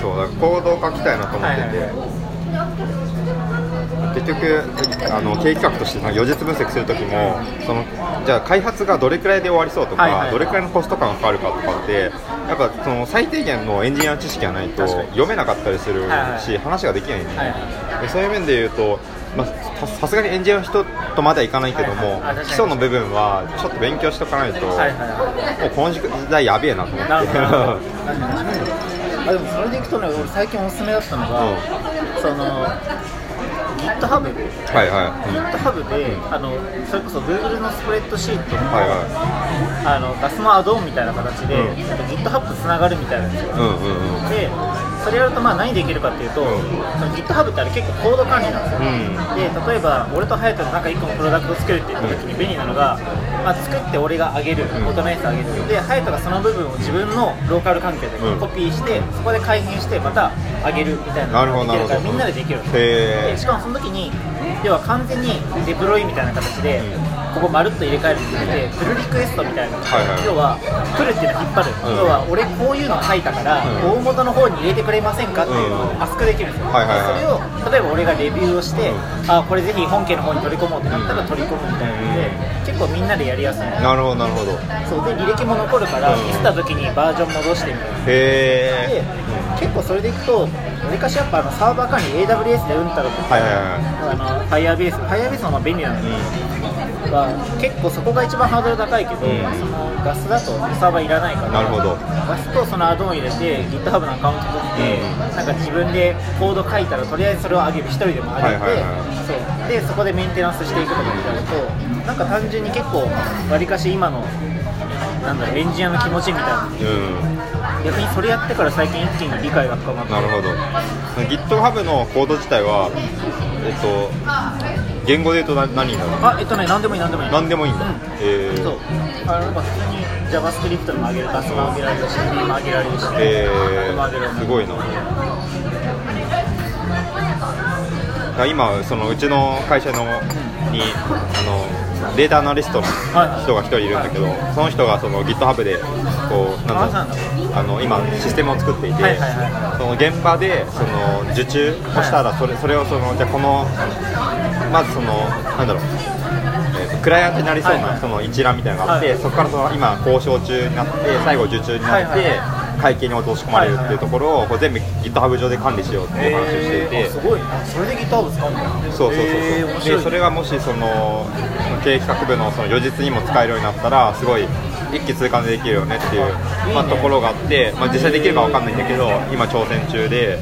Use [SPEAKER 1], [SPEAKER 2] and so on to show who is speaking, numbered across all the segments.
[SPEAKER 1] そうだから行動書きたいなと思ってて、
[SPEAKER 2] はい
[SPEAKER 1] 結局あの経営企画としてその予実分析するときもそのじゃあ開発がどれくらいで終わりそうとか、
[SPEAKER 2] はいはい
[SPEAKER 1] どれくらいのコスト感がかかるかとかってやっぱその最低限のエンジニアの知識がないと
[SPEAKER 2] 確かに
[SPEAKER 1] 読めなかったりするし、
[SPEAKER 2] はいはい
[SPEAKER 1] 話ができないんで,、
[SPEAKER 2] はい
[SPEAKER 1] でそういう面で言うと、まあ、ささすがにエンジニアの人とまではいかないけども、
[SPEAKER 2] はいはいあ確かに
[SPEAKER 1] 基礎の部分はちょっと勉強しておかないと、
[SPEAKER 2] はいは
[SPEAKER 1] もうこの時代やべえなと思っ
[SPEAKER 2] いなるほどなるほ
[SPEAKER 1] て。
[SPEAKER 2] ど確かに確かにあでもそれでいくとね俺最近おすすめだったのが、
[SPEAKER 1] うん
[SPEAKER 2] その GitHub
[SPEAKER 1] はいはい、
[SPEAKER 2] GitHub で、あのそれこそ Google のスプレッドシートの,、
[SPEAKER 1] はいは
[SPEAKER 2] あのガスのアドオンみたいな形で、
[SPEAKER 1] うん
[SPEAKER 2] えっと GitHub とつながるみたいなんですよ
[SPEAKER 1] い、うんうんうん、
[SPEAKER 2] でそれやるとまあ何できるかっていうと、
[SPEAKER 1] うん
[SPEAKER 2] その GitHub ってあれ結構コード管理なんですよ、
[SPEAKER 1] うん
[SPEAKER 2] で例えば俺と隼人の中1個のプロダクトを作るって言った時に便利なのが、まあ、作って俺があげる、
[SPEAKER 1] ん
[SPEAKER 2] オートメイトあげるで隼人がその部分を自分のローカル関係で
[SPEAKER 1] うん
[SPEAKER 2] コピーして、そこで改変してまたあげるみたいなのができるか
[SPEAKER 1] なるほどなる
[SPEAKER 2] ら
[SPEAKER 1] ほど
[SPEAKER 2] みんなでできるんですよ
[SPEAKER 1] へ
[SPEAKER 2] でしかもその時に要は完全にデプロイみたいな形で、
[SPEAKER 1] うん
[SPEAKER 2] ここまるっと入れ替えるんじゃなくてプルリクエストみたいな、
[SPEAKER 1] はいはい
[SPEAKER 2] 要は来るっていうのは引っ
[SPEAKER 1] うん
[SPEAKER 2] 張る、要は俺こういうの書いたか
[SPEAKER 1] う
[SPEAKER 2] ら、大元の方に入れてくれませんかっていう
[SPEAKER 1] うん
[SPEAKER 2] のをアスクできるんですよ、
[SPEAKER 1] はいはいはい
[SPEAKER 2] でそれを例えば俺がレビューをして、あこれぜひ本家の方に取り込もうってなったら取り込むみたいなので、結構みんなでやりやすい
[SPEAKER 1] えなるほどなるほど
[SPEAKER 2] そうで履歴も残るから、
[SPEAKER 1] うん
[SPEAKER 2] ミスった時にバージョン戻してみたい
[SPEAKER 1] へ
[SPEAKER 2] な
[SPEAKER 1] え
[SPEAKER 2] で結構それでいくと昔やっぱあのサーバー管理 AWS でうんたらとか、
[SPEAKER 1] はいはいはい
[SPEAKER 2] あの Firebase Firebase の方が便利なの
[SPEAKER 1] う
[SPEAKER 2] で、
[SPEAKER 1] ん
[SPEAKER 2] まあ結構そこが一番ハードル高いけど、
[SPEAKER 1] うん
[SPEAKER 2] そのガスだとサーバーいらないから
[SPEAKER 1] なるほど
[SPEAKER 2] ガスとそのアドオン入れて GitHub のアカウント取って、
[SPEAKER 1] うん
[SPEAKER 2] なんか自分でコード書いたらとりあえずそれを上げる一人でも上げて、
[SPEAKER 1] はいはいは
[SPEAKER 2] そうでそこでメンテナンスしていくとかってやるとなんか単純に結構わりかし今のなんだろうエンジニアの気持ちみたいな
[SPEAKER 1] うん
[SPEAKER 2] 逆にそれやってから最近一気に理解が深まって
[SPEAKER 1] なるほど GitHub のコード自体はえっと言語で言うとな何になるの
[SPEAKER 2] あえっとね何でもいい何でもいい
[SPEAKER 1] 何でもいいんだ
[SPEAKER 2] うん
[SPEAKER 1] え
[SPEAKER 2] そうあのまあ普通に JavaScript でも上げるガスも上げられるし Ruby も上げられるし、
[SPEAKER 1] え
[SPEAKER 2] ここも上げられる
[SPEAKER 1] すごいなあ今そのうちの会社のにあのデータアナリストの人が一人いるんだけど、その人がその GitHub でこうなんだろうあの今システムを作っていて、
[SPEAKER 2] はいはいは
[SPEAKER 1] その現場でその受注をしたらそれそれをそのじゃあこのまずそのなんだろうえーとクライアントになりそう
[SPEAKER 2] はいは
[SPEAKER 1] ないその一覧みたいなのがあって、
[SPEAKER 2] はい
[SPEAKER 1] そこからその今交渉中になって最後受注になって、
[SPEAKER 2] はいはい
[SPEAKER 1] 会計に落とし込まれるっていうところをこう全部 GitHub 上で管理しようっていう話をしていて、
[SPEAKER 2] えーあすごいなそれでギターを使うんだ
[SPEAKER 1] そうそうそうそう、
[SPEAKER 2] えー面白い
[SPEAKER 1] でそれがもしその経営企画部のその余日にも使えるようになったらすごい一気通貫でできるよねっていう
[SPEAKER 2] いいね
[SPEAKER 1] まあ、ところがあって、まあ、実際できるかわかんないんだけど今挑戦中で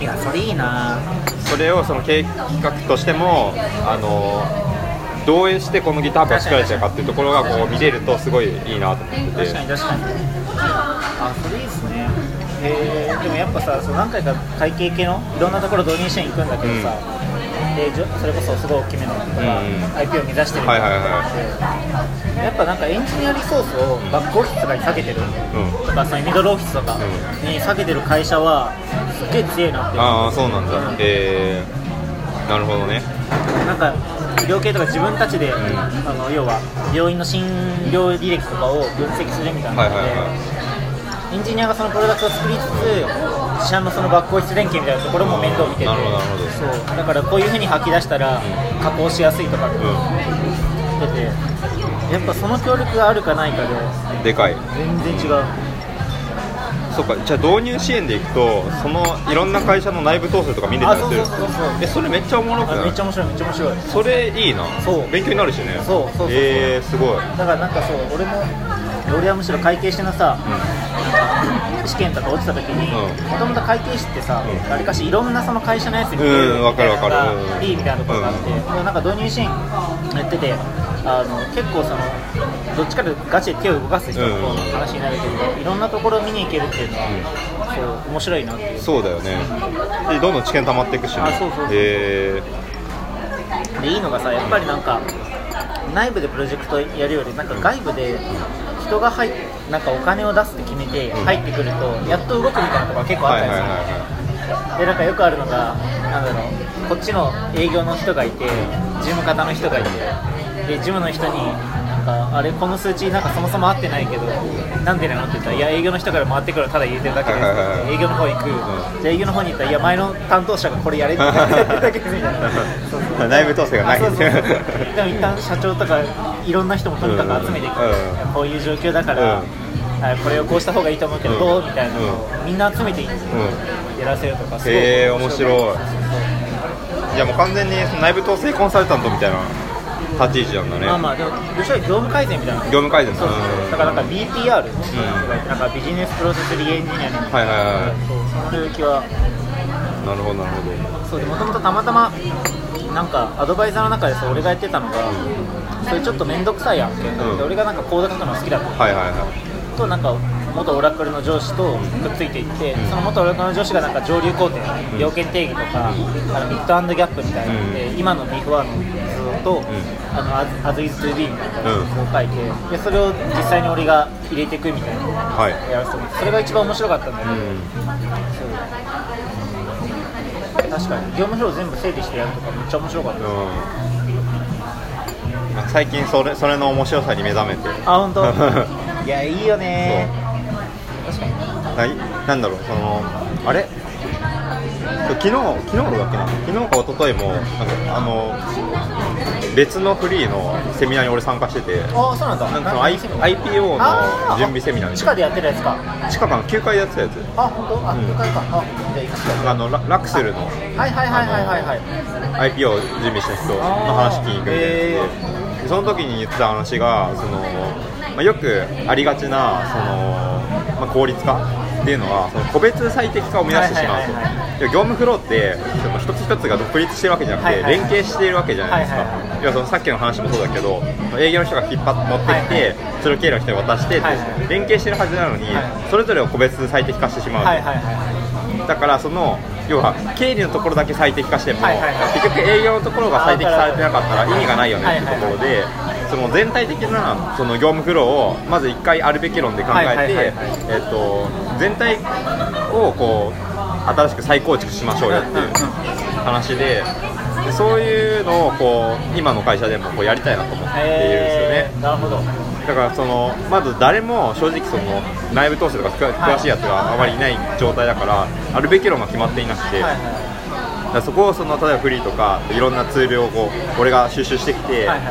[SPEAKER 2] いやそれいいな
[SPEAKER 1] それをその経営企画としてもあのどうしてこの GitHub が作られてるかっていうところがこう見れるとすごいいいなと思って
[SPEAKER 2] 確
[SPEAKER 1] て
[SPEAKER 2] か。に確かにあそれいいですねえーでもやっぱさそう何回か会計系のいろんなところ導入していくんだけどさ、でじょそれこそすごい大きめのとか、
[SPEAKER 1] うんうん
[SPEAKER 2] IP を目指してる
[SPEAKER 1] はいはい
[SPEAKER 2] でやっぱなんかエンジニアリソースをバックオフィスとかに避けてる、
[SPEAKER 1] うん
[SPEAKER 2] とかそのミドルオフィスとかに避けてる会社はすっげえ強いなって
[SPEAKER 1] ああそうなんだ
[SPEAKER 2] うん
[SPEAKER 1] えー、なるほどね
[SPEAKER 2] なんか医療系とか自分たちで、あの要は病院の診療履歴とかを分析するみたい
[SPEAKER 1] は
[SPEAKER 2] ないの
[SPEAKER 1] は
[SPEAKER 2] で、
[SPEAKER 1] いはい
[SPEAKER 2] エンジニアがそのプロダクトを作りつつ自社のそのバックオフィス連携みたいなところも面倒見てて
[SPEAKER 1] なるほどなるほど
[SPEAKER 2] そうだからこういうふうに吐き出したら加工しやすいとかって言ってて、やっぱその協力があるかないかで
[SPEAKER 1] うんでかい
[SPEAKER 2] 全然違う、
[SPEAKER 1] そっかじゃあ導入支援でいくとそのいろんな会社の内部統制とか見れた
[SPEAKER 2] あ
[SPEAKER 1] り
[SPEAKER 2] そ
[SPEAKER 1] す
[SPEAKER 2] う
[SPEAKER 1] る
[SPEAKER 2] そうそうそう
[SPEAKER 1] えそれめっちゃおもろく
[SPEAKER 2] あ
[SPEAKER 1] な
[SPEAKER 2] め
[SPEAKER 1] い
[SPEAKER 2] っちゃ面白いめっちゃ面白い
[SPEAKER 1] それいいな
[SPEAKER 2] そう
[SPEAKER 1] 勉強になるしね
[SPEAKER 2] そうそうそうそう
[SPEAKER 1] えー、すごい
[SPEAKER 2] だからなんかそう俺も俺はむしろ会計してのさ、試験とか落ちた時に
[SPEAKER 1] うん
[SPEAKER 2] もともと会計士ってさ
[SPEAKER 1] うん
[SPEAKER 2] わりかしいろんなその会社のやつ見て
[SPEAKER 1] うんわかるわかる
[SPEAKER 2] な
[SPEAKER 1] うん
[SPEAKER 2] んいいみたいなところがあって、なんか導入シーンやっててあの結構そのどっちかでガチで手を動かす人の方の話になるけど、いろんなところを見に行けるっていうのは、そう面白いなっていう
[SPEAKER 1] そうだよねでどんどん知見溜まっていくしね
[SPEAKER 2] あそうそうそう
[SPEAKER 1] え
[SPEAKER 2] でいいのがさやっぱりなんか内部でプロジェクトやるよりなんか外部で人が入っなんかお金を出すって決めて
[SPEAKER 1] うん
[SPEAKER 2] 入ってくるとやっと動くみたいなところが結
[SPEAKER 1] ー、
[SPEAKER 2] 構あ
[SPEAKER 1] は
[SPEAKER 2] っ
[SPEAKER 1] い
[SPEAKER 2] た
[SPEAKER 1] は
[SPEAKER 2] り
[SPEAKER 1] い
[SPEAKER 2] す
[SPEAKER 1] はい
[SPEAKER 2] る、
[SPEAKER 1] は
[SPEAKER 2] でなんかよくあるのがなんだろうこっちの営業の人がいて事務方の人がいてで事務の人にかあれこの数値なんかそもそも合ってないけどなんでなのって言ったらいや営業の人から回ってくるのただ入れてるだけです
[SPEAKER 1] はいはいはいはい
[SPEAKER 2] 営業の方行く、
[SPEAKER 1] う
[SPEAKER 2] じゃあ営業の方に行ったらいや前の担当者がこれやれって 言ってるだけですみたいなそうそう
[SPEAKER 1] 内部統制がない
[SPEAKER 2] あそうそうそうでも一旦社長とかいろんな人もとにかく集めていく、
[SPEAKER 1] うん
[SPEAKER 2] こういう状況だから、
[SPEAKER 1] うん
[SPEAKER 2] はいこれをこうした方がいいと思うけど、
[SPEAKER 1] うん
[SPEAKER 2] どうみたいなのを、みんな集めていいんですよやらせるとかすごい
[SPEAKER 1] へえ面白いじゃあもう完全にその内部統制コンサルタントみたいな立ち位置なんだね、
[SPEAKER 2] まあまあでもどうしたら業務改善みたいな
[SPEAKER 1] 業務改善だ
[SPEAKER 2] そうそうだからなんか BPR、
[SPEAKER 1] ん
[SPEAKER 2] なんかビジネスプロセスリエンジニアリング
[SPEAKER 1] はいはいはい
[SPEAKER 2] そうその領域は
[SPEAKER 1] なるほどなるほど
[SPEAKER 2] そうでもともとたまたまなんかアドバイザーの中でさ俺がやってたのが、それちょっと面倒くさいやんけ、
[SPEAKER 1] ん
[SPEAKER 2] で俺がなんかコード書くの好きだと
[SPEAKER 1] はいはいは
[SPEAKER 2] となんか元オラクルの上司とくっついていって、
[SPEAKER 1] ん
[SPEAKER 2] その元オラクルの上司がなんか上流工程、
[SPEAKER 1] ん
[SPEAKER 2] 要件定義とか、あのミッドアンドギャップみたいなので、
[SPEAKER 1] う
[SPEAKER 2] 今のビフォアの図と、
[SPEAKER 1] ん
[SPEAKER 2] あのアズアズイズ 2B みたいなのを書いて、でそれを実際に俺が入れていくみたいなのを
[SPEAKER 1] はい
[SPEAKER 2] やらせてもらってそれが一番面白かったんだけど、
[SPEAKER 1] い
[SPEAKER 2] そう確かに業務表を全部整理してやるとかめっちゃ面白かった、
[SPEAKER 1] うん、うん、最近それそれの面白さに目覚めて
[SPEAKER 2] あ本当 いやいいよね確かに
[SPEAKER 1] ないなんだろうそのあれ昨日昨日だっけな昨日か一昨日もなんかあの別のフリーのセミナーに俺参加してて
[SPEAKER 2] あそうなんだ
[SPEAKER 1] なんかその I- IPO の
[SPEAKER 2] あー
[SPEAKER 1] 準備セミナーみ
[SPEAKER 2] 地
[SPEAKER 1] た
[SPEAKER 2] 下
[SPEAKER 1] い
[SPEAKER 2] でやってるやつか
[SPEAKER 1] な地下かな9階でやってたやつ
[SPEAKER 2] あ本当あ
[SPEAKER 1] うん
[SPEAKER 2] 了解かあじゃあ行くしか
[SPEAKER 1] あのララクセルの
[SPEAKER 2] はいはいはいはいはいはい
[SPEAKER 1] IPO を準備した人の話聞きに行くみたいな
[SPEAKER 2] へ
[SPEAKER 1] やつでその時に言ってた話がその、まあ、よくありがちなその、まあ、効率化っていうのはその個別最適化を目指してしまうと、
[SPEAKER 2] はいはいはい
[SPEAKER 1] でも業務フローってその一つ一つが独立してるわけじゃなく
[SPEAKER 2] は
[SPEAKER 1] て、
[SPEAKER 2] いはいは
[SPEAKER 1] 連
[SPEAKER 2] い
[SPEAKER 1] 携しているわけじゃないですか、
[SPEAKER 2] はいはい
[SPEAKER 1] 要はそのさっきの話もそうだけど営業の人が引っ張って持ってきて、
[SPEAKER 2] はい
[SPEAKER 1] それを経理の人に渡して、
[SPEAKER 2] はいはい
[SPEAKER 1] 連携してるはずなのに、
[SPEAKER 2] はい
[SPEAKER 1] それぞれを個別最適化してしまうと、
[SPEAKER 2] はいはいはい
[SPEAKER 1] だからその要は経理のところだけ最適化しても、
[SPEAKER 2] はいはいはい
[SPEAKER 1] 結局営業のところが最適されてなかったら意味がないよねってところで、
[SPEAKER 2] は
[SPEAKER 1] その全体的なその業務フローをまず1回あるべき論で考えて、
[SPEAKER 2] はいはいはいはい
[SPEAKER 1] えっと全体をこう新しく再構築しましょうよっていう話で。でそういうのをこう今の会社でもこうやりたいなと思っているんですよね。
[SPEAKER 2] へーなるほどはい
[SPEAKER 1] だからそのまず誰も正直その内部統制とか詳詳しいやつがあまりいない状態だからあるべき論が決まっていなくて
[SPEAKER 2] はい
[SPEAKER 1] だからそこをその例えばフリーとかいろんなツールをこう俺が収集してきて
[SPEAKER 2] はいは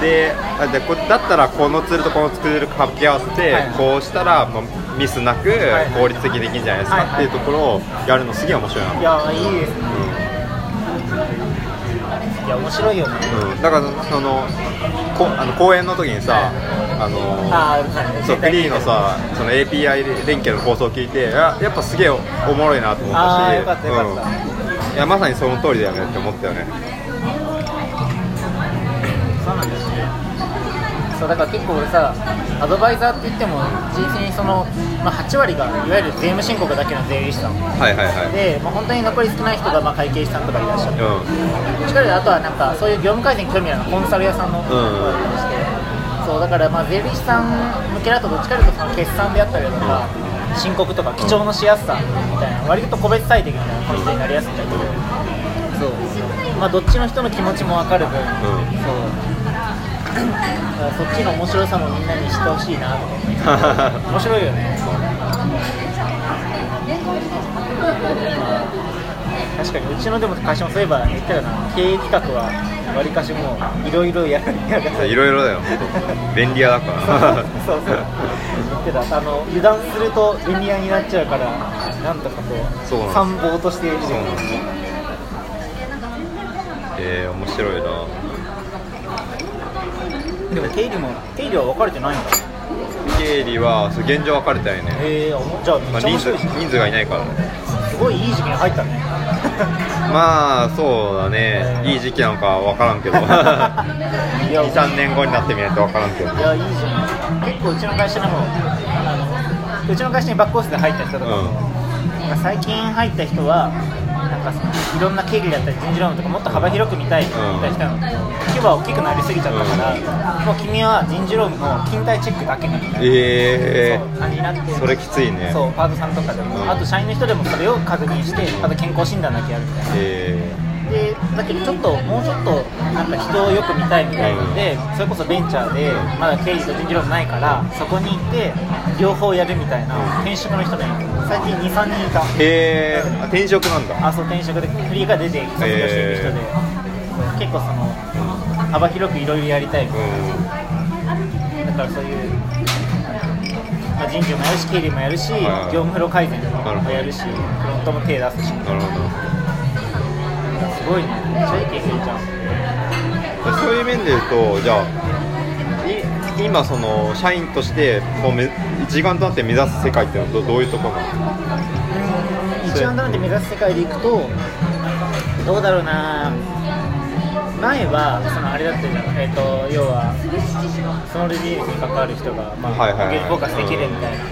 [SPEAKER 1] であでこだったらこのツールとこのツール掛け合わせて
[SPEAKER 2] はい
[SPEAKER 1] こうしたらまあミスなく
[SPEAKER 2] はい
[SPEAKER 1] 効率的にできるんじゃないです
[SPEAKER 2] はい
[SPEAKER 1] かっ
[SPEAKER 2] は
[SPEAKER 1] て
[SPEAKER 2] い
[SPEAKER 1] いうところをやるのすげえ面白いない
[SPEAKER 2] いやいいですねいや面白いよね
[SPEAKER 1] うんだからそのこあの講演の時にさあの
[SPEAKER 2] あーはい
[SPEAKER 1] そうフリーのさその API 連携の放送を聞いてややっぱすげえおもろいなと思ったし
[SPEAKER 2] あーよかったよかった
[SPEAKER 1] うんいやまさにその通りだよねって思ったよね
[SPEAKER 2] そうなんですねそうだから結構俺さアドバイザーって言っても人生にその、まあ、8割がいわゆる税務申告だけの税理士さん
[SPEAKER 1] はいはいはい
[SPEAKER 2] で、まあ、本当に残り少ない人がまあ会計士さんとかいらっしゃる
[SPEAKER 1] う
[SPEAKER 2] 力であとはなんかそういう業務改善に興味あるのはコンサル屋さんのところだったりして、そうだからまあ税理士さん向けだとどっちかというとその決算であったりだとか申告とか記帳のしやすさみたいな割と個別最適みたいな感じになりやすいんだけどそうまあどっちの人の気持ちも分かる分、
[SPEAKER 1] ん
[SPEAKER 2] そうだからそっちの面白さもみんなに知ってほしいなとか思っ
[SPEAKER 1] ん
[SPEAKER 2] て面白いよね確かにうちのでも会社もそういえば言ってたな経営企画はわりかしもういろいろやるやる
[SPEAKER 1] そういろいろだよ本当便利屋だか
[SPEAKER 2] そう
[SPEAKER 1] ら
[SPEAKER 2] そう言ってたあの油断すると便利屋になっちゃうからなんとかこう
[SPEAKER 1] そうなん
[SPEAKER 2] 参謀としている
[SPEAKER 1] そうなんですよえー、面白いな
[SPEAKER 2] でも経理も経理は分かれてないんだ
[SPEAKER 1] 経理はそう現状分かれてないね、
[SPEAKER 2] へえー、じゃあめ
[SPEAKER 1] まあ、
[SPEAKER 2] っちゃ
[SPEAKER 1] 人
[SPEAKER 2] 面
[SPEAKER 1] 数
[SPEAKER 2] 白いじゃん
[SPEAKER 1] 人数がいないからね
[SPEAKER 2] すごいいい時期に入っ たね
[SPEAKER 1] まあそうだねいい時期なのか分からんけど
[SPEAKER 2] いや
[SPEAKER 1] 23年後になってみないと分からんけど
[SPEAKER 2] いやいいじゃん結構うちの会社の方あのうちの会社にバックオフィスで入った人とかも、なんか最近入った人はなんかそのいろんな経理だったり人事労務とかもっと幅広く見たいって言った人なの、規模は大きくなりすぎちゃったから、もう君は人事労務の勤怠チェックだけみたいな、
[SPEAKER 1] え
[SPEAKER 2] そう感じになって
[SPEAKER 1] ー、それきついね
[SPEAKER 2] そうパートさんとかでも、
[SPEAKER 1] うん
[SPEAKER 2] あと社員の人でもそれを確認してあと健康診断だけやるみたいな
[SPEAKER 1] え
[SPEAKER 2] でだけどちょっともうちょっとなんか人をよく見たいみたいなので、それこそベンチャーでまだ経理と人事労務ないからそこに行って両方やるみたいな転職の人がいる最近23人いた
[SPEAKER 1] へえー、あ転職なんだ
[SPEAKER 2] あそう転職でフリーが出て卒業している人で、
[SPEAKER 1] へ
[SPEAKER 2] 結構その幅広くいろいろやりたいみたいな、だからそういう、まあ、人事もやるし、経理もやるし、業
[SPEAKER 1] はい
[SPEAKER 2] 務フロー改善
[SPEAKER 1] なるほ
[SPEAKER 2] も
[SPEAKER 1] ど
[SPEAKER 2] やるし、フロントも手出すし、
[SPEAKER 1] うんなるほど
[SPEAKER 2] すごいね、めっちゃいい経験じゃん。
[SPEAKER 1] そういう面で言うと、じゃあ、い今、その社員としてもうめ、一丸となって目指す世界っていうのはどどういうところなの
[SPEAKER 2] 一番ダメで目指す世界でいくと、どうだろうな、前はそのあれだったじゃん、えー、と要は、そのレジールに関わる人が、まあ、
[SPEAKER 1] はいはいはい
[SPEAKER 2] ゲリフォーカスできるみたいな。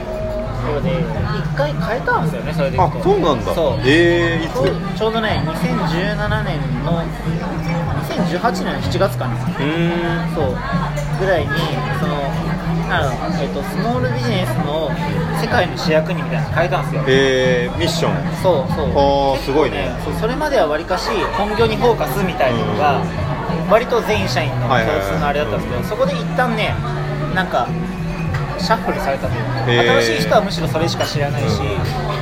[SPEAKER 2] ところで一回変えたんですよね、それでいくと
[SPEAKER 1] あそうなんだ
[SPEAKER 2] そう、
[SPEAKER 1] えー、い
[SPEAKER 2] ちょ
[SPEAKER 1] つ
[SPEAKER 2] ちょうどね、2017年の、2018年の7月かな、
[SPEAKER 1] うーん
[SPEAKER 2] そう、ぐらいに、その、なんだろうえっと、スモールビジネスの世界の主役にみたいなの変えたんですよ。
[SPEAKER 1] えー、ミッション、
[SPEAKER 2] そうそ
[SPEAKER 1] あー
[SPEAKER 2] う。結構
[SPEAKER 1] すごいね
[SPEAKER 2] そうそれまではわりかし、本業にフォーカスみたいなのが、割と全社員の共
[SPEAKER 1] はいはいはい
[SPEAKER 2] 通のあれだったんですけど、そこで一旦ね、なんか、シャッフルされたというか、
[SPEAKER 1] へー
[SPEAKER 2] 新しい人はむしろそれしか知らない
[SPEAKER 1] う
[SPEAKER 2] し、
[SPEAKER 1] ん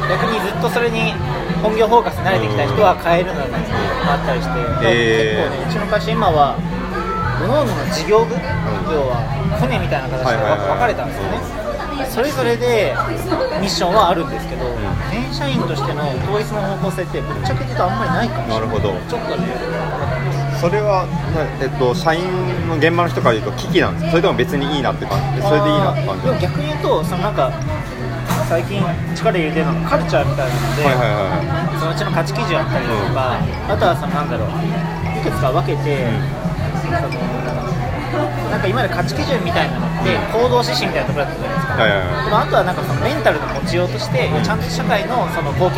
[SPEAKER 2] 逆にずっとそれに本業フォーカス慣れてきた人は変えるのにあったりして、
[SPEAKER 1] へー
[SPEAKER 2] 結構ねうちの会社今は各々の事業部、要は船みたいな形で
[SPEAKER 1] はいはいはい
[SPEAKER 2] 分かれたんですよね、それぞれでミッションはあるんですけど、全社員としての統一の方向性ってぶっちゃけ言うとあんまりないかも
[SPEAKER 1] なるほど、
[SPEAKER 2] ちょっとね
[SPEAKER 1] それは、なえっと、社員の現場の人から言うと、危機なんですか、それとも別にいいなって感じ、それでいいなって感じ、
[SPEAKER 2] でも逆に言うとそのなんか最近力入れてるのがカルチャーみたいなので、
[SPEAKER 1] はいはいは
[SPEAKER 2] そのうちの価値基準あったりだとか、あとはそのなんだろういくつか分けて、そのなんか今まで価値基準みたいなのって行動指針みたいなところだったじゃないです
[SPEAKER 1] い、は
[SPEAKER 2] か
[SPEAKER 1] いはいはい
[SPEAKER 2] でもあとはなんかそのメンタルの持ちようとして、ちゃんと社会のその貢献